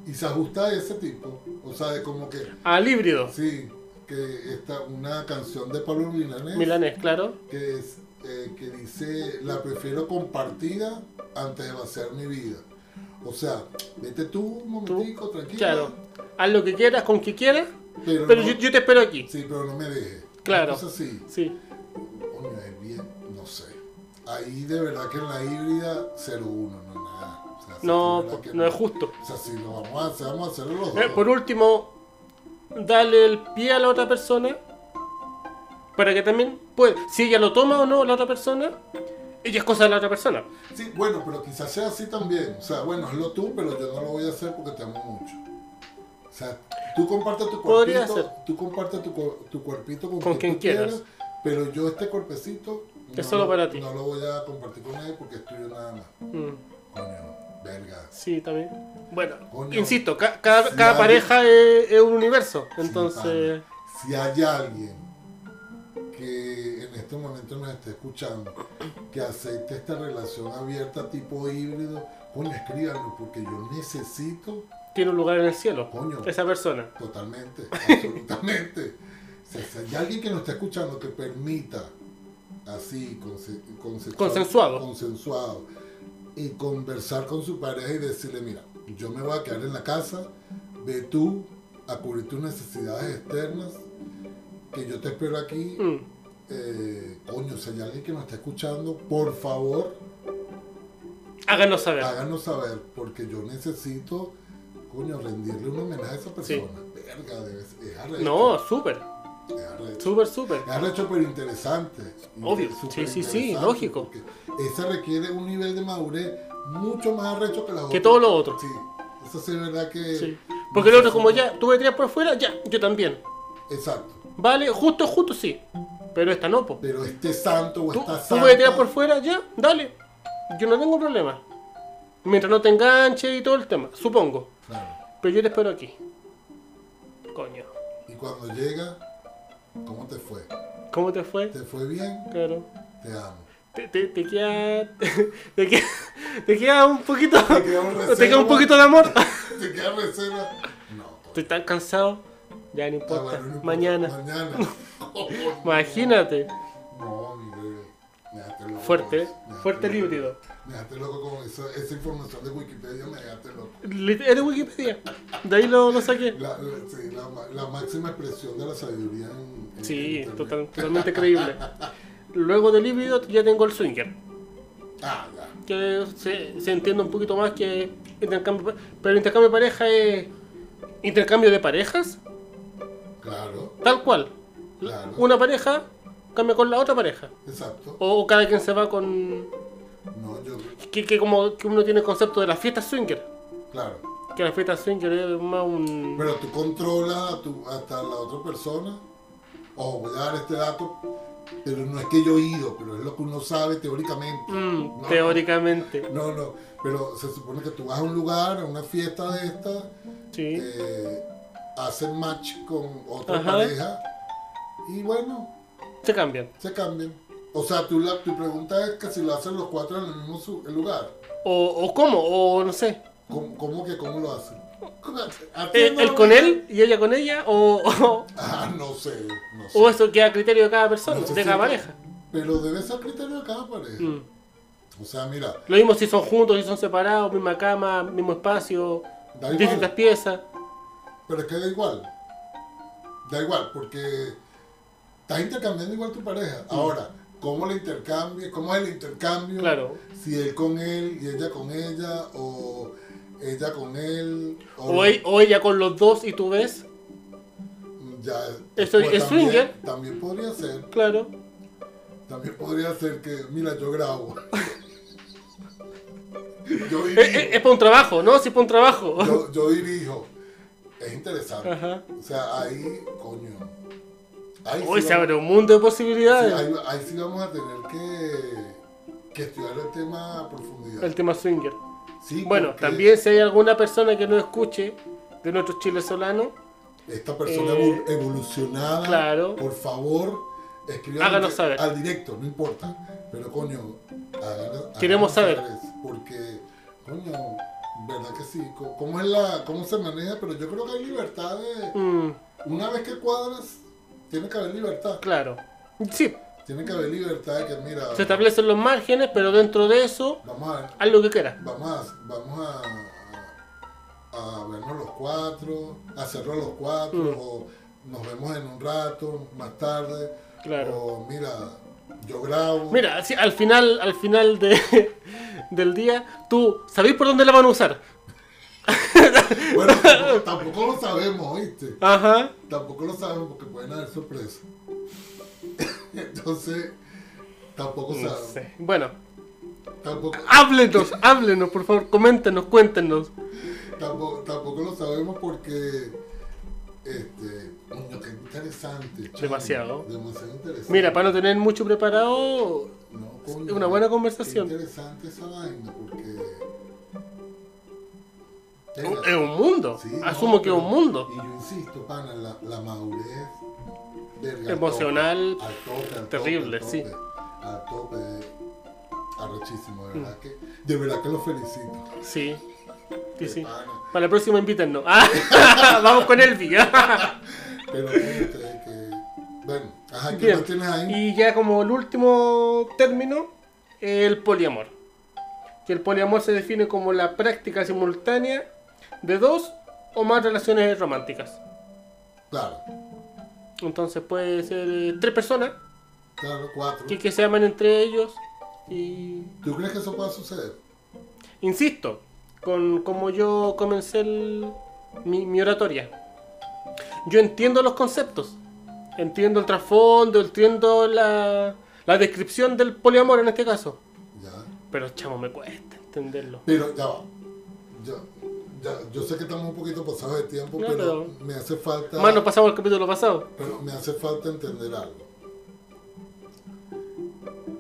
Speaker 1: y se ajusta a ese tipo, o sea, de como que,
Speaker 2: Al híbrido
Speaker 1: sí, que está una canción de Pablo Milanés
Speaker 2: milanés, claro.
Speaker 1: que, es, eh, que dice, la prefiero compartida antes de vaciar mi vida. O sea, vete tú un momentico, tranquilo,
Speaker 2: Claro. Haz lo que quieras, con que quieras,
Speaker 1: pero,
Speaker 2: pero
Speaker 1: no,
Speaker 2: yo, yo te espero aquí.
Speaker 1: sí, pero no me dejes.
Speaker 2: Claro.
Speaker 1: Es así.
Speaker 2: Sí,
Speaker 1: Coño, es bien, no sé. Ahí de verdad que en la híbrida 0-1, no nada. O sea, sí,
Speaker 2: no, pues,
Speaker 1: de verdad que
Speaker 2: no es justo.
Speaker 1: O sea, si lo vamos a hacer, vamos a hacerlo los dos.
Speaker 2: Eh, por último, dale el pie a la otra persona para que también pueda. Si ella lo toma o no, la otra persona, ella es cosa de la otra persona.
Speaker 1: Sí, bueno, pero quizás sea así también. O sea, bueno, hazlo tú, pero yo no lo voy a hacer porque te amo mucho. O sea, tú compartes tu
Speaker 2: Podría
Speaker 1: cuerpito,
Speaker 2: ser.
Speaker 1: tú compartes tu, cor- tu cuerpito con,
Speaker 2: Con quien
Speaker 1: tú
Speaker 2: quieras.
Speaker 1: pero yo este cuerpecito
Speaker 2: Es solo
Speaker 1: lo-
Speaker 2: para ti.
Speaker 1: no lo voy a compartir con nadie porque es tuyo nada más.
Speaker 2: Mm,
Speaker 1: Coño, verga.
Speaker 2: sí, también. Bueno,
Speaker 1: Coño.
Speaker 2: insisto, ca- cada,
Speaker 1: Sí,
Speaker 2: cada
Speaker 1: hay-
Speaker 2: pareja es, es un universo.
Speaker 1: Sí,
Speaker 2: Entonces,
Speaker 1: pana. si hay alguien que en este momento nos esté escuchando, que acepte esta relación abierta tipo híbrido, coño, escríbanlo, porque yo necesito,
Speaker 2: tiene un lugar en el cielo.
Speaker 1: coño,
Speaker 2: Esa persona.
Speaker 1: totalmente, [LAUGHS] absolutamente. O sea, si hay alguien que nos está escuchando que permita así, conse- consensuado,
Speaker 2: Consensuado.
Speaker 1: consensuado, y conversar con su pareja y decirle, mira, yo me voy a quedar en la casa, ve tú a cubrir tus necesidades externas, que yo te espero aquí.
Speaker 2: Mm,
Speaker 1: Eh, coño, si hay alguien que nos está escuchando, por favor,
Speaker 2: háganos saber.
Speaker 1: háganos saber, porque yo necesito, coño, rendirle un homenaje a esa persona. Verga, debe ser- es arrecho.
Speaker 2: No, súper,
Speaker 1: Es arrecho.
Speaker 2: súper, súper.
Speaker 1: Es arrecho, pero interesante.
Speaker 2: Obvio,
Speaker 1: Súper
Speaker 2: sí, sí, sí,
Speaker 1: interesante,
Speaker 2: lógico.
Speaker 1: porque Esa requiere un nivel de madurez mucho más arrecho que la
Speaker 2: Que todo lo otro.
Speaker 1: Sí, eso sí es verdad que.
Speaker 2: Sí. Porque el otro, como ya, tú me tiras por fuera, ya, yo también.
Speaker 1: Exacto.
Speaker 2: Vale, justo, justo sí. Pero esta no, po.
Speaker 1: Pero este santo o
Speaker 2: Tú,
Speaker 1: esta
Speaker 2: tú me tiras
Speaker 1: santa-
Speaker 2: por fuera, ya, dale. Yo no tengo problema. Mientras no te enganche y todo el tema, supongo.
Speaker 1: Claro.
Speaker 2: Pero yo te espero aquí. coño.
Speaker 1: Y cuando llega, ¿cómo te fue?
Speaker 2: ¿Cómo te fue?
Speaker 1: ¿Te fue bien?
Speaker 2: Claro.
Speaker 1: Te amo. [LAUGHS]
Speaker 2: Te, te, te queda. [LAUGHS] Te queda, te queda un poquito.
Speaker 1: Te queda un reserva.
Speaker 2: Te queda un poquito de amor. [LAUGHS]
Speaker 1: ¿Te queda reserva? No.
Speaker 2: Estoy tan cansado. Ya no importa.
Speaker 1: Ah, bueno, no importa.
Speaker 2: Mañana. [LAUGHS]
Speaker 1: Mañana. [LAUGHS] Oh,
Speaker 2: Imagínate.
Speaker 1: No, mi bebé. Me dejaste loco
Speaker 2: Fuerte,
Speaker 1: con eso. Me dejaste
Speaker 2: fuerte el
Speaker 1: loco.
Speaker 2: híbrido.
Speaker 1: Me dejaste loco con eso. Esa información de Wikipedia me dejaste loco.
Speaker 2: Lit- Es de Wikipedia. De ahí lo, lo saqué.
Speaker 1: La, la- sí, la ma- la máxima expresión de la sabiduría en. en
Speaker 2: Sí,
Speaker 1: Internet.
Speaker 2: total- totalmente creíble. Luego del híbrido ya tengo el swinger.
Speaker 1: Ah, ya.
Speaker 2: que se, se entiende un poquito más que intercambio. pa- Pero intercambio de pareja es intercambio de parejas,
Speaker 1: Claro.
Speaker 2: tal cual.
Speaker 1: Claro.
Speaker 2: Una pareja cambia con la otra pareja.
Speaker 1: Exacto.
Speaker 2: O, o cada quien se va con.
Speaker 1: No, yo.
Speaker 2: Que, que como que uno tiene el concepto de la fiesta swinger.
Speaker 1: Claro.
Speaker 2: Que la fiesta swinger es más un.
Speaker 1: Pero tú controlas a tu- hasta la otra persona. Ojo, voy a dar este dato. Pero no es que yo he ido, pero es lo que uno sabe teóricamente.
Speaker 2: Mm,
Speaker 1: No.
Speaker 2: Teóricamente.
Speaker 1: No, no, pero se supone que tú vas a un lugar, a una fiesta de esta,
Speaker 2: Sí.
Speaker 1: eh, haces match con otra
Speaker 2: Ajá.
Speaker 1: pareja y bueno,
Speaker 2: Se cambian.
Speaker 1: se cambian. O sea, tú la, tu pregunta es que si lo hacen los cuatro en el mismo su- lugar,
Speaker 2: O, o cómo, o no sé.
Speaker 1: ¿cómo, cómo que cómo lo hacen? [LAUGHS]
Speaker 2: Eh,
Speaker 1: Haciendo
Speaker 2: él
Speaker 1: lo
Speaker 2: con
Speaker 1: mismo.
Speaker 2: él y ella con ella, o, [LAUGHS] o,
Speaker 1: Ah, no sé, no sé.
Speaker 2: o eso queda a criterio de cada persona,
Speaker 1: No sé
Speaker 2: de
Speaker 1: si-
Speaker 2: cada pareja.
Speaker 1: Pero debe ser criterio de cada pareja.
Speaker 2: Mm.
Speaker 1: O sea, mira,
Speaker 2: Lo mismo si son juntos, si son separados, misma cama, mismo espacio,
Speaker 1: da igual.
Speaker 2: distintas piezas.
Speaker 1: Pero es que da igual. Da igual, porque estás intercambiando igual tu pareja.
Speaker 2: Mm.
Speaker 1: Ahora, ¿cómo le intercambio? ¿Cómo es el intercambio?
Speaker 2: Claro.
Speaker 1: Si él con él y ella con ella, o ella con él.
Speaker 2: O, e- o ella con los dos y tú ves,
Speaker 1: Ya,
Speaker 2: Eso
Speaker 1: pues
Speaker 2: es
Speaker 1: también,
Speaker 2: swinger.
Speaker 1: También podría ser.
Speaker 2: claro.
Speaker 1: También podría ser que, mira, yo grabo. [LAUGHS] yo,
Speaker 2: Eh, eh, es
Speaker 1: dirijo,
Speaker 2: para un trabajo, ¿no? Si es para un trabajo.
Speaker 1: yo, yo dirijo. Es interesante.
Speaker 2: [LAUGHS] Ajá.
Speaker 1: O sea, ahí, coño. Ahí
Speaker 2: Hoy
Speaker 1: sí
Speaker 2: se
Speaker 1: va-
Speaker 2: abre un mundo de
Speaker 1: Sí,
Speaker 2: posibilidades.
Speaker 1: ahí, ahí sí vamos a tener que, que estudiar el tema a profundidad.
Speaker 2: El tema swinger.
Speaker 1: Sí,
Speaker 2: Bueno,
Speaker 1: porque
Speaker 2: también si hay alguna persona que no escuche de nuestros venezolanos,
Speaker 1: Esta persona
Speaker 2: eh,
Speaker 1: evol- evolucionada,
Speaker 2: claro.
Speaker 1: por favor, escríbanos
Speaker 2: Háganos
Speaker 1: de-
Speaker 2: saber.
Speaker 1: al directo, no importa. Pero coño, hagan-
Speaker 2: Queremos
Speaker 1: háganos
Speaker 2: saber.
Speaker 1: eso, porque, coño, verdad que sí. co- ¿Cómo, es la, ¿Cómo se maneja? Pero yo creo que hay libertad de...
Speaker 2: mm,
Speaker 1: Una vez que cuadras, tiene que haber libertad.
Speaker 2: claro. Sí,
Speaker 1: Tiene que haber libertad de que, mira,
Speaker 2: se establecen los márgenes, pero dentro de eso,
Speaker 1: vamos a ver.
Speaker 2: haz lo que quieras.
Speaker 1: Vamos a, vamos a, a vernos los cuatro, a hacerlo los cuatro,
Speaker 2: Mm.
Speaker 1: o nos vemos en un rato, más tarde.
Speaker 2: Claro.
Speaker 1: O mira, yo grabo.
Speaker 2: Mira, sí, al final, al final de- [LAUGHS] del día, tú sabés por dónde la van a usar.
Speaker 1: Bueno, tampoco, tampoco lo sabemos, ¿oíste?
Speaker 2: Ajá.
Speaker 1: Tampoco lo sabemos porque pueden haber sorpresas. [LAUGHS] Entonces, tampoco
Speaker 2: No
Speaker 1: sabemos.
Speaker 2: sé. Mm. Bueno,
Speaker 1: Tampoco,
Speaker 2: háblenos, háblenos, por favor, coméntenos, cuéntenos.
Speaker 1: tampoco, tampoco lo sabemos porque. Este. Coño, qué interesante. chamo.
Speaker 2: Demasiado.
Speaker 1: Demasiado interesante.
Speaker 2: Mira, para no tener mucho preparado,
Speaker 1: No,
Speaker 2: Es una buena conversación.
Speaker 1: qué interesante esa vaina porque. Venga,
Speaker 2: es un mundo.
Speaker 1: sí, no,
Speaker 2: Asumo que es
Speaker 1: pero-
Speaker 2: un mundo.
Speaker 1: Y yo insisto, pana, la, la madurez. verga, al
Speaker 2: Emocional,
Speaker 1: tope, al tope, al
Speaker 2: terrible,
Speaker 1: tope,
Speaker 2: sí.
Speaker 1: Al tope, arrechísimo, de verdad que. De verdad que lo felicito.
Speaker 2: Sí. Sí, sí.
Speaker 1: pana.
Speaker 2: Para la próxima invítennos. [LAUGHS] Ah, vamos con Elvi. [LAUGHS]
Speaker 1: Pero fíjate que. Bueno, ajá, ¿qué
Speaker 2: Bien.
Speaker 1: más tienes ahí?
Speaker 2: Y ya como el último término, el poliamor. Que el poliamor se define como la práctica simultánea de dos o más relaciones románticas.
Speaker 1: Claro,
Speaker 2: Entonces puede ser eh, tres personas
Speaker 1: claro, cuatro.
Speaker 2: que, que se aman entre ellos y
Speaker 1: ¿Tú crees que eso pueda suceder?
Speaker 2: Insisto, con como yo comencé el- mi, mi oratoria. Yo entiendo los conceptos, entiendo el trasfondo, entiendo la, la descripción del poliamor en este caso.
Speaker 1: Ya.
Speaker 2: Pero chamo, me cuesta entenderlo.
Speaker 1: Pero ya va. Yo, ya- yo sé que estamos un poquito pasados de tiempo,
Speaker 2: No,
Speaker 1: pero
Speaker 2: pero-
Speaker 1: me hace falta.
Speaker 2: Más nos pasamos al capítulo pasado.
Speaker 1: pero me hace falta entender algo.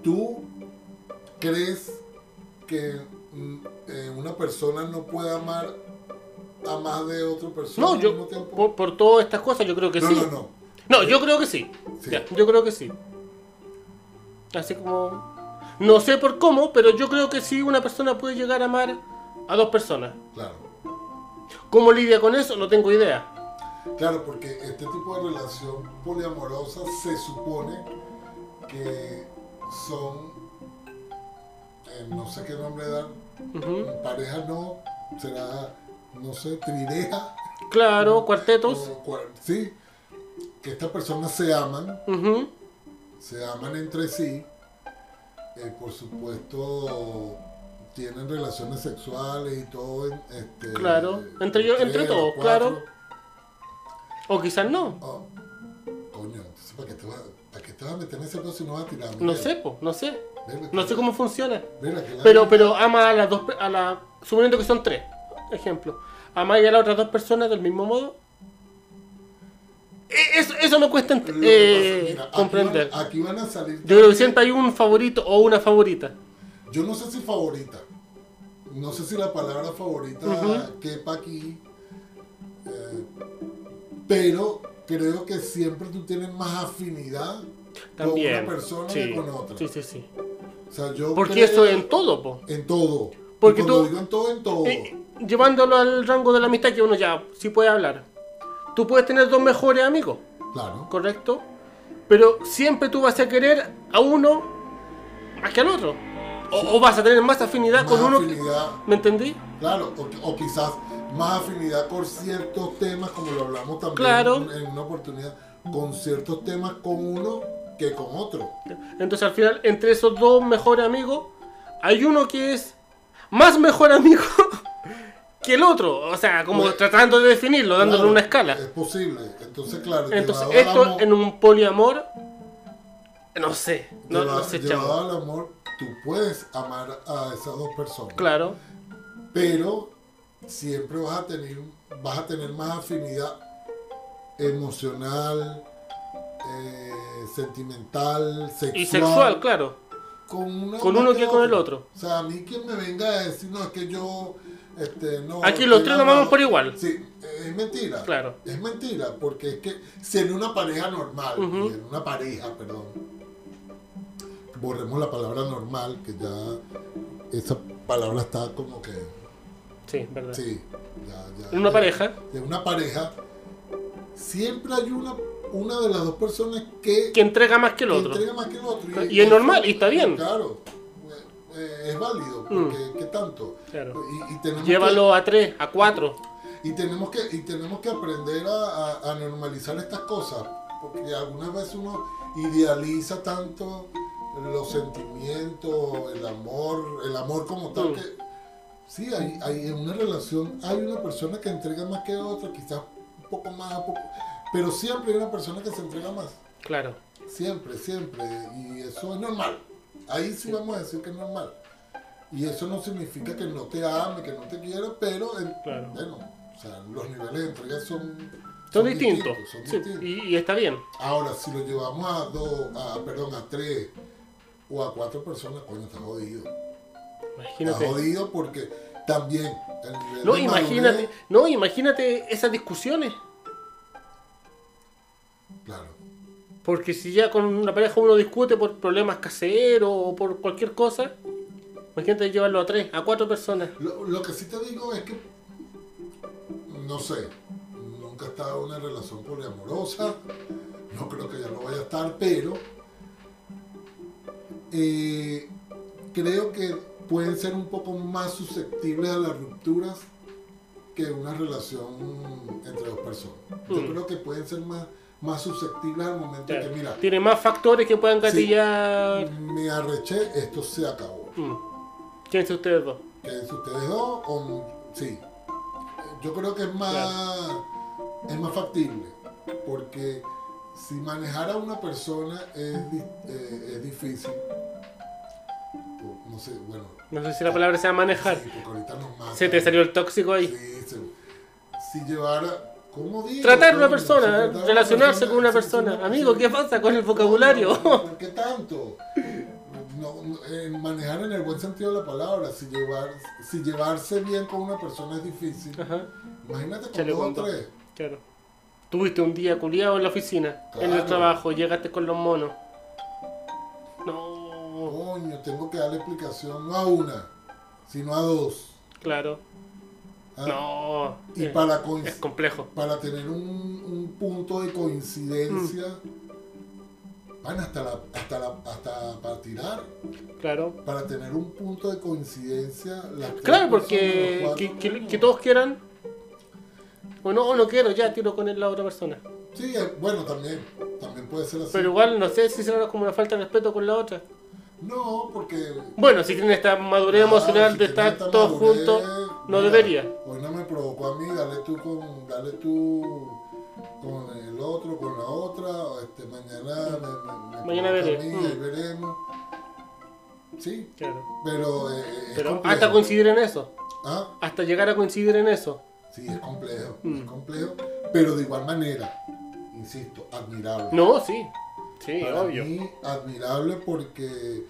Speaker 1: ¿Tú crees que mm, eh, una persona no puede amar a más de otra persona
Speaker 2: No,
Speaker 1: al
Speaker 2: yo,
Speaker 1: mismo tiempo?
Speaker 2: por, por todas estas cosas, yo creo que
Speaker 1: no,
Speaker 2: sí.
Speaker 1: no, no.
Speaker 2: No, yo creo que sí.
Speaker 1: Sí.
Speaker 2: Ya, yo creo que sí. Así como. No sé por cómo, pero yo creo que sí una persona puede llegar a amar a dos personas.
Speaker 1: Claro.
Speaker 2: ¿Cómo lidia con eso? No tengo idea.
Speaker 1: Claro, porque este tipo de relación poliamorosa se supone que son, eh, no sé qué nombre dar,
Speaker 2: Ujú.
Speaker 1: pareja no, será, no sé, trireja.
Speaker 2: Claro, cuartetos.
Speaker 1: o cua- sí, que estas personas se aman,
Speaker 2: Ujú.
Speaker 1: se aman entre sí, eh, por supuesto tienen relaciones sexuales y todo. en- Este,
Speaker 2: Claro, entre yo- entre
Speaker 1: tres o
Speaker 2: todos,
Speaker 1: cuatro.
Speaker 2: claro. O quizás no.
Speaker 1: Oh, coño, entonces ¿para qué te vas, para qué te vas a meter en ese pedo si no vas a tirar?
Speaker 2: No
Speaker 1: Mira,
Speaker 2: sé, po, no sé.
Speaker 1: mira,
Speaker 2: No sé cómo funciona.
Speaker 1: mira, que la-
Speaker 2: Pero, pero ama a las dos. pe- A la, suponiendo que son tres. Ejemplo. Ama y a las otras dos personas del mismo modo. E- Eso, eso no cuesta ent-
Speaker 1: lo que pasa,
Speaker 2: eh,
Speaker 1: mira, aquí
Speaker 2: comprender.
Speaker 1: van- Aquí van a salir.
Speaker 2: Yo creo que siempre hay un favorito o una favorita.
Speaker 1: Yo no sé si favorita. No sé si la palabra favorita
Speaker 2: Ujú.
Speaker 1: quepa aquí. eh, pero creo que siempre tú tienes más afinidad
Speaker 2: También.
Speaker 1: con una persona
Speaker 2: sí.
Speaker 1: que con otra.
Speaker 2: Sí, sí, sí.
Speaker 1: O sea, yo
Speaker 2: Porque
Speaker 1: creo
Speaker 2: eso es en todo, po.
Speaker 1: en todo.
Speaker 2: Porque
Speaker 1: Y cuando
Speaker 2: tú-
Speaker 1: digo en todo, en todo.
Speaker 2: Eh, llevándolo al rango de la amistad que uno ya sí puede hablar. Tú puedes tener dos mejores amigos,
Speaker 1: Claro.
Speaker 2: ¿correcto? Pero siempre tú vas a querer a uno más que al otro. O, o vas a tener más afinidad
Speaker 1: Más
Speaker 2: con uno. que-
Speaker 1: afinidad.
Speaker 2: ¿Me entendí?
Speaker 1: Claro, o, o quizás más afinidad por ciertos temas, como lo hablamos también
Speaker 2: Claro.
Speaker 1: en, en una oportunidad, con ciertos temas con uno que con otro.
Speaker 2: Entonces al final, entre esos dos mejores amigos, hay uno que es más mejor amigo [LAUGHS] que el otro. O sea, como
Speaker 1: Bueno,
Speaker 2: tratando de definirlo, dándole
Speaker 1: Claro, eh,
Speaker 2: una escala.
Speaker 1: Es posible. Entonces, claro,
Speaker 2: Entonces,
Speaker 1: llevado al
Speaker 2: esto
Speaker 1: amor,
Speaker 2: en un poliamor, no sé, no, no
Speaker 1: lleva-
Speaker 2: sé,
Speaker 1: llevado
Speaker 2: chavo.
Speaker 1: al amor, tú puedes amar a esas dos personas.
Speaker 2: Claro,
Speaker 1: Pero siempre vas a tener, vas a tener más afinidad emocional, eh, sentimental, sexual.
Speaker 2: y sexual, claro.
Speaker 1: con, una
Speaker 2: Con
Speaker 1: más
Speaker 2: uno que con el otro.
Speaker 1: O sea, a mí quien me venga a decir, no, es que yo, este, no...
Speaker 2: Aquí los
Speaker 1: estoy
Speaker 2: tres nos amamos por
Speaker 1: enamorado".
Speaker 2: igual.
Speaker 1: Sí, es mentira.
Speaker 2: Claro.
Speaker 1: Es mentira, porque es que si en una pareja normal,
Speaker 2: Ujú.
Speaker 1: y en una pareja, perdón, borremos la palabra normal, que ya esa palabra está como que...
Speaker 2: Sí, verdad.
Speaker 1: Sí, ya, ya.
Speaker 2: En una
Speaker 1: ya.
Speaker 2: pareja,
Speaker 1: En una pareja, siempre hay una, una de las dos personas que
Speaker 2: que entrega más que el
Speaker 1: que
Speaker 2: otro.
Speaker 1: entrega más que el otro.
Speaker 2: Y es normal, y está bien. Mm.
Speaker 1: Claro, eh, eh, es válido, porque ¿qué tanto?
Speaker 2: Claro.
Speaker 1: Y, y tenemos
Speaker 2: Llévalo a tres, a cuatro.
Speaker 1: Que, y, tenemos que, y tenemos que aprender a, a- a normalizar estas cosas, porque algunas veces uno idealiza tanto los sentimientos, el amor, el amor como tal,
Speaker 2: Mm.
Speaker 1: que sí, hay, hay- en una relación hay una persona que entrega más que otra, quizás un poco más, un poco- pero siempre hay una persona que se entrega más.
Speaker 2: Claro.
Speaker 1: Siempre, siempre. Y eso es normal. Ahí sí vamos a decir que es normal. Y eso no significa que no te ame, que no te quiera, pero eh,
Speaker 2: Claro.
Speaker 1: bueno, o sea, los niveles de entrega son,
Speaker 2: Son distintos.
Speaker 1: son
Speaker 2: Sí,
Speaker 1: distintos.
Speaker 2: y, y está bien.
Speaker 1: Ahora, si lo llevamos a dos, a, perdón, a tres o a cuatro personas, coño, está jodido. Está
Speaker 2: Imagínate.
Speaker 1: jodido porque también el nivel
Speaker 2: No,
Speaker 1: de
Speaker 2: imagínate,
Speaker 1: madurez-
Speaker 2: no, imagínate esas discusiones.
Speaker 1: claro,
Speaker 2: Porque si ya con una pareja uno discute por problemas caseros o por cualquier cosa, imagínate llevarlo a tres, a cuatro personas.
Speaker 1: Lo, lo que sí te digo es que, no sé, nunca he estado en una relación poliamorosa, no creo que ya lo vaya a estar, pero eh, creo que pueden ser un poco más susceptibles a las rupturas que una relación entre dos personas. Yo
Speaker 2: Mm.
Speaker 1: creo que pueden ser más, más susceptibles al momento en que, mira,
Speaker 2: Tiene más factores que puedan gatillar.
Speaker 1: me arreché, esto se acabó.
Speaker 2: Mm. Quédense ustedes dos.
Speaker 1: que si ustedes dos o sí yo creo que es más es más factible porque si manejar a una persona es, di- eh, es difícil O, no sé bueno
Speaker 2: No sé si la palabra sea manejar.
Speaker 1: sí, porque ahorita nos matan.
Speaker 2: Se te salió el tóxico ahí.
Speaker 1: Sí, se- si llevara ¿cómo digo?
Speaker 2: Tratar a una
Speaker 1: Coño, si
Speaker 2: persona,
Speaker 1: tratar a una
Speaker 2: relacionarse con una
Speaker 1: sí, sí,
Speaker 2: persona.
Speaker 1: sí.
Speaker 2: Amigo, ¿qué pasa con el vocabulario? [LAUGHS]
Speaker 1: No, ¿Por qué tanto? No, no, eh, manejar en el buen sentido de la palabra, si, llevar, si llevarse bien con una persona es difícil,
Speaker 2: Ajá.
Speaker 1: Imagínate con
Speaker 2: Chale,
Speaker 1: dos o
Speaker 2: cuánto.
Speaker 1: tres.
Speaker 2: Claro. Tuviste un día culiado en la oficina, en el
Speaker 1: Claro.
Speaker 2: trabajo, llegaste con los monos. No,
Speaker 1: Coño, tengo que darle explicación no a una, sino a dos.
Speaker 2: claro.
Speaker 1: Ah,
Speaker 2: No.
Speaker 1: Y
Speaker 2: eh,
Speaker 1: para, coinc-
Speaker 2: Es complejo.
Speaker 1: para tener un, un punto de coincidencia,
Speaker 2: Mm.
Speaker 1: van hasta, la, hasta, la, hasta para tirar,
Speaker 2: Claro.
Speaker 1: para tener un punto de coincidencia. las tres
Speaker 2: Claro,
Speaker 1: personas,
Speaker 2: porque
Speaker 1: los
Speaker 2: que,
Speaker 1: cuatro,
Speaker 2: que-
Speaker 1: coño.
Speaker 2: que todos quieran. O no, o no quiero, ya tiro con él la otra persona.
Speaker 1: Sí, eh, bueno, también, también puede ser así.
Speaker 2: Pero igual no sé si será como una falta de respeto con la otra.
Speaker 1: no, porque
Speaker 2: Bueno, si tienen esta madurez
Speaker 1: Claro,
Speaker 2: emocional
Speaker 1: Ah, si
Speaker 2: de
Speaker 1: tenía
Speaker 2: estar
Speaker 1: esta
Speaker 2: todos
Speaker 1: madurez,
Speaker 2: juntos, no
Speaker 1: mira,
Speaker 2: debería.
Speaker 1: Hoy no me provocó a mí, dale tú con, dale tú con el otro, con la otra, o este, mañana me, me- me
Speaker 2: Mañana
Speaker 1: provoca
Speaker 2: veré,
Speaker 1: a mí,
Speaker 2: mm.
Speaker 1: ahí veremos. Sí,
Speaker 2: Claro.
Speaker 1: pero eh, eh, es
Speaker 2: Pero
Speaker 1: complejo.
Speaker 2: hasta coincidir en eso.
Speaker 1: Ah,
Speaker 2: Hasta llegar a coincidir en eso.
Speaker 1: Sí, es complejo,
Speaker 2: Mm.
Speaker 1: es complejo, pero de igual manera, insisto, admirable.
Speaker 2: No, sí. Sí,
Speaker 1: Para
Speaker 2: obvio.
Speaker 1: mí, admirable porque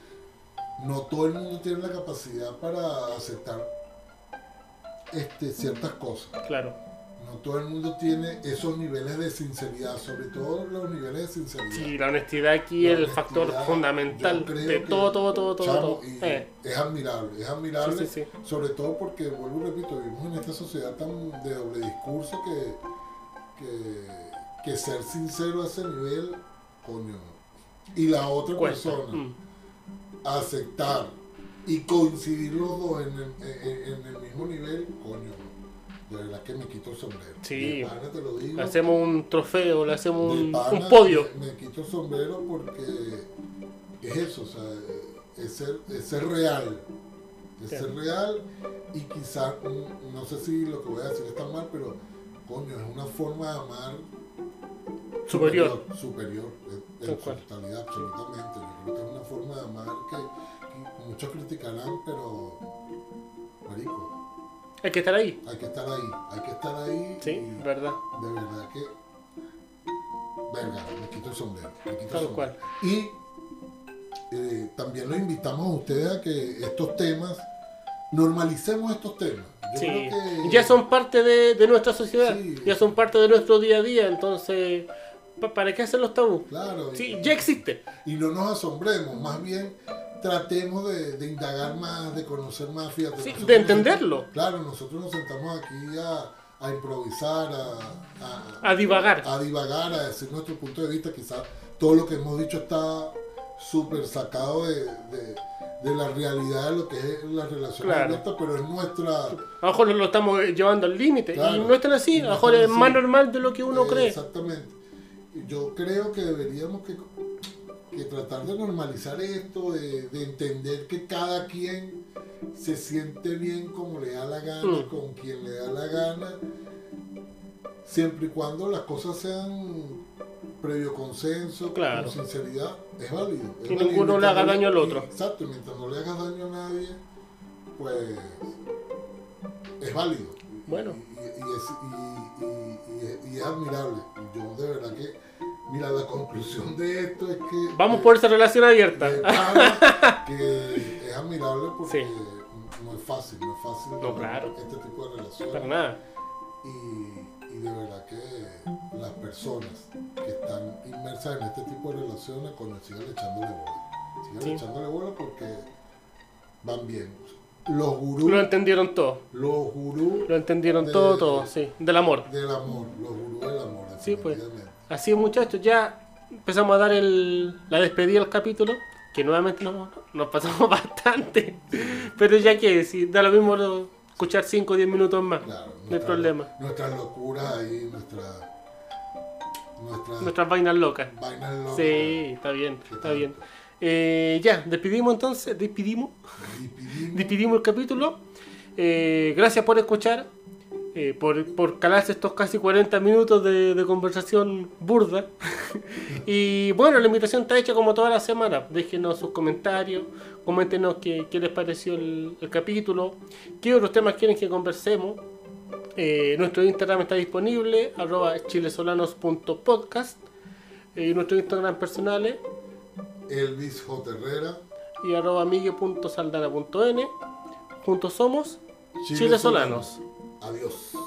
Speaker 1: no todo el mundo tiene la capacidad para aceptar este, ciertas cosas.
Speaker 2: Claro.
Speaker 1: No todo el mundo tiene esos niveles de sinceridad, sobre todo los niveles de sinceridad.
Speaker 2: Sí, la honestidad aquí
Speaker 1: La
Speaker 2: es el factor
Speaker 1: honestidad,
Speaker 2: fundamental
Speaker 1: yo creo
Speaker 2: de
Speaker 1: que-
Speaker 2: todo, todo, todo, todo.
Speaker 1: Chamo,
Speaker 2: todo.
Speaker 1: y
Speaker 2: Eh,
Speaker 1: Es admirable, es admirable,
Speaker 2: Sí, sí, sí.
Speaker 1: sobre todo porque, vuelvo y repito, vivimos en esta sociedad tan de doble discurso que, que, que ser sincero a ese nivel, coño. Y la otra
Speaker 2: cuesta.
Speaker 1: persona,
Speaker 2: Mm,
Speaker 1: aceptar y coincidir los dos en el, en- en el mismo nivel, coño, de verdad que me quito el sombrero.
Speaker 2: Sí.
Speaker 1: De pana te lo digo.
Speaker 2: Le hacemos un trofeo, le hacemos
Speaker 1: de
Speaker 2: un,
Speaker 1: pana
Speaker 2: un podio.
Speaker 1: Me, me quito el sombrero porque es eso, o sea, es ser, es ser real. Es
Speaker 2: Claro.
Speaker 1: ser real y quizás, no sé si lo que voy a decir está mal, pero coño, es una forma de amar
Speaker 2: Superior.
Speaker 1: Superior, en- en
Speaker 2: Tal
Speaker 1: su
Speaker 2: cual.
Speaker 1: totalidad, absolutamente. Yo creo que es una forma de amar que, que muchos criticarán, pero. Marico,
Speaker 2: Hay que estar ahí.
Speaker 1: hay que estar ahí, hay que estar ahí.
Speaker 2: Sí,
Speaker 1: y
Speaker 2: verdad.
Speaker 1: de verdad que. Verga, me quito el sombrero. Me quito el
Speaker 2: Tal
Speaker 1: sombrero.
Speaker 2: cual.
Speaker 1: Y eh, también los invitamos a ustedes a que estos temas, normalicemos estos temas. Yo
Speaker 2: Sí.
Speaker 1: creo que.
Speaker 2: Ya son parte de, de nuestra sociedad.
Speaker 1: Sí.
Speaker 2: Ya son parte de nuestro día a día. Entonces, pa- ¿para qué hacer los tabú?
Speaker 1: Claro.
Speaker 2: Sí,
Speaker 1: y-
Speaker 2: ya existe.
Speaker 1: y no nos asombremos, más bien tratemos de, de indagar más, de conocer más, fíjate.
Speaker 2: Sí,
Speaker 1: nosotros
Speaker 2: de
Speaker 1: nos-
Speaker 2: entenderlo.
Speaker 1: claro, nosotros nos sentamos aquí a, a improvisar, a, a-
Speaker 2: A divagar.
Speaker 1: a divagar, a decir nuestro punto de vista. Quizás todo lo que hemos dicho está súper sacado de, de- de la realidad de lo que es la relación
Speaker 2: Claro.
Speaker 1: abierta, pero es nuestra...
Speaker 2: A lo mejor lo estamos llevando al límite.
Speaker 1: Claro.
Speaker 2: Y no es tan así.
Speaker 1: Y
Speaker 2: A
Speaker 1: no
Speaker 2: lo mejor
Speaker 1: es
Speaker 2: es
Speaker 1: tan
Speaker 2: más
Speaker 1: así.
Speaker 2: normal de lo que uno
Speaker 1: Eh,
Speaker 2: cree.
Speaker 1: Exactamente. Yo creo que deberíamos que, que tratar de normalizar esto, de, de entender que cada quien se siente bien como le da la gana,
Speaker 2: Mm.
Speaker 1: con quien le da la gana, siempre y cuando las cosas sean previo consenso,
Speaker 2: Claro.
Speaker 1: con sinceridad, es válido. es
Speaker 2: Que
Speaker 1: válido.
Speaker 2: ninguno le
Speaker 1: Mientras
Speaker 2: haga
Speaker 1: no-
Speaker 2: daño al otro.
Speaker 1: Exacto, mientras no le hagas daño a nadie, pues es válido.
Speaker 2: Bueno.
Speaker 1: Y, y es, y- y- y- y es admirable. Yo de verdad que, mira, la conclusión de esto es que...
Speaker 2: Vamos
Speaker 1: eh, [LAUGHS]
Speaker 2: por esa relación abierta. Ah,
Speaker 1: de pana, que es admirable porque
Speaker 2: Sí.
Speaker 1: no es fácil, no es fácil
Speaker 2: No, claro.
Speaker 1: este tipo de
Speaker 2: Para
Speaker 1: relaciones.
Speaker 2: nada.
Speaker 1: Y, y de verdad que las personas que están inmersas en este tipo de relaciones, coño, sigan echándole bola. Sigan
Speaker 2: Sí.
Speaker 1: echándole bola porque van bien. Los gurús,
Speaker 2: Lo entendieron todo.
Speaker 1: los gurús
Speaker 2: Lo entendieron
Speaker 1: De-
Speaker 2: todo, todo, sí. Del amor.
Speaker 1: del amor, los gurús del amor,
Speaker 2: Sí, pues.
Speaker 1: definitivamente.
Speaker 2: Así es, muchachos, ya empezamos a dar el, la despedida al capítulo, que nuevamente nos, nos pasamos [LAUGHS] bastante. Pero ya que, si da lo mismo lo- escuchar 5 o 10 minutos más.
Speaker 1: Claro,
Speaker 2: hay
Speaker 1: nuestra-
Speaker 2: problema.
Speaker 1: Nuestras locuras ahí, nuestras nuestras
Speaker 2: Nuestras vainas locas.
Speaker 1: vainas locas.
Speaker 2: Sí, está bien,
Speaker 1: ¿Qué
Speaker 2: está
Speaker 1: tal?
Speaker 2: bien. Eh, ya, despedimos entonces, despedimos,
Speaker 1: Y pedimos-
Speaker 2: despedimos el capítulo. Eh, gracias por escuchar, eh, por, por calarse estos casi 40 minutos de, de conversación burda. [LAUGHS] y bueno, la invitación está hecha como toda la semana. Déjenos sus comentarios, coméntenos qué, qué les pareció el, el capítulo, qué otros temas quieren que conversemos. Eh, nuestro Instagram está disponible, arroba chilesolanos.podcast. eh, Y nuestro Instagram personales
Speaker 1: Elvis J. Herrera,
Speaker 2: y arroba migue.saldana.n. Juntos somos
Speaker 1: Chile
Speaker 2: Chile Solanos.
Speaker 1: Solano. Adiós.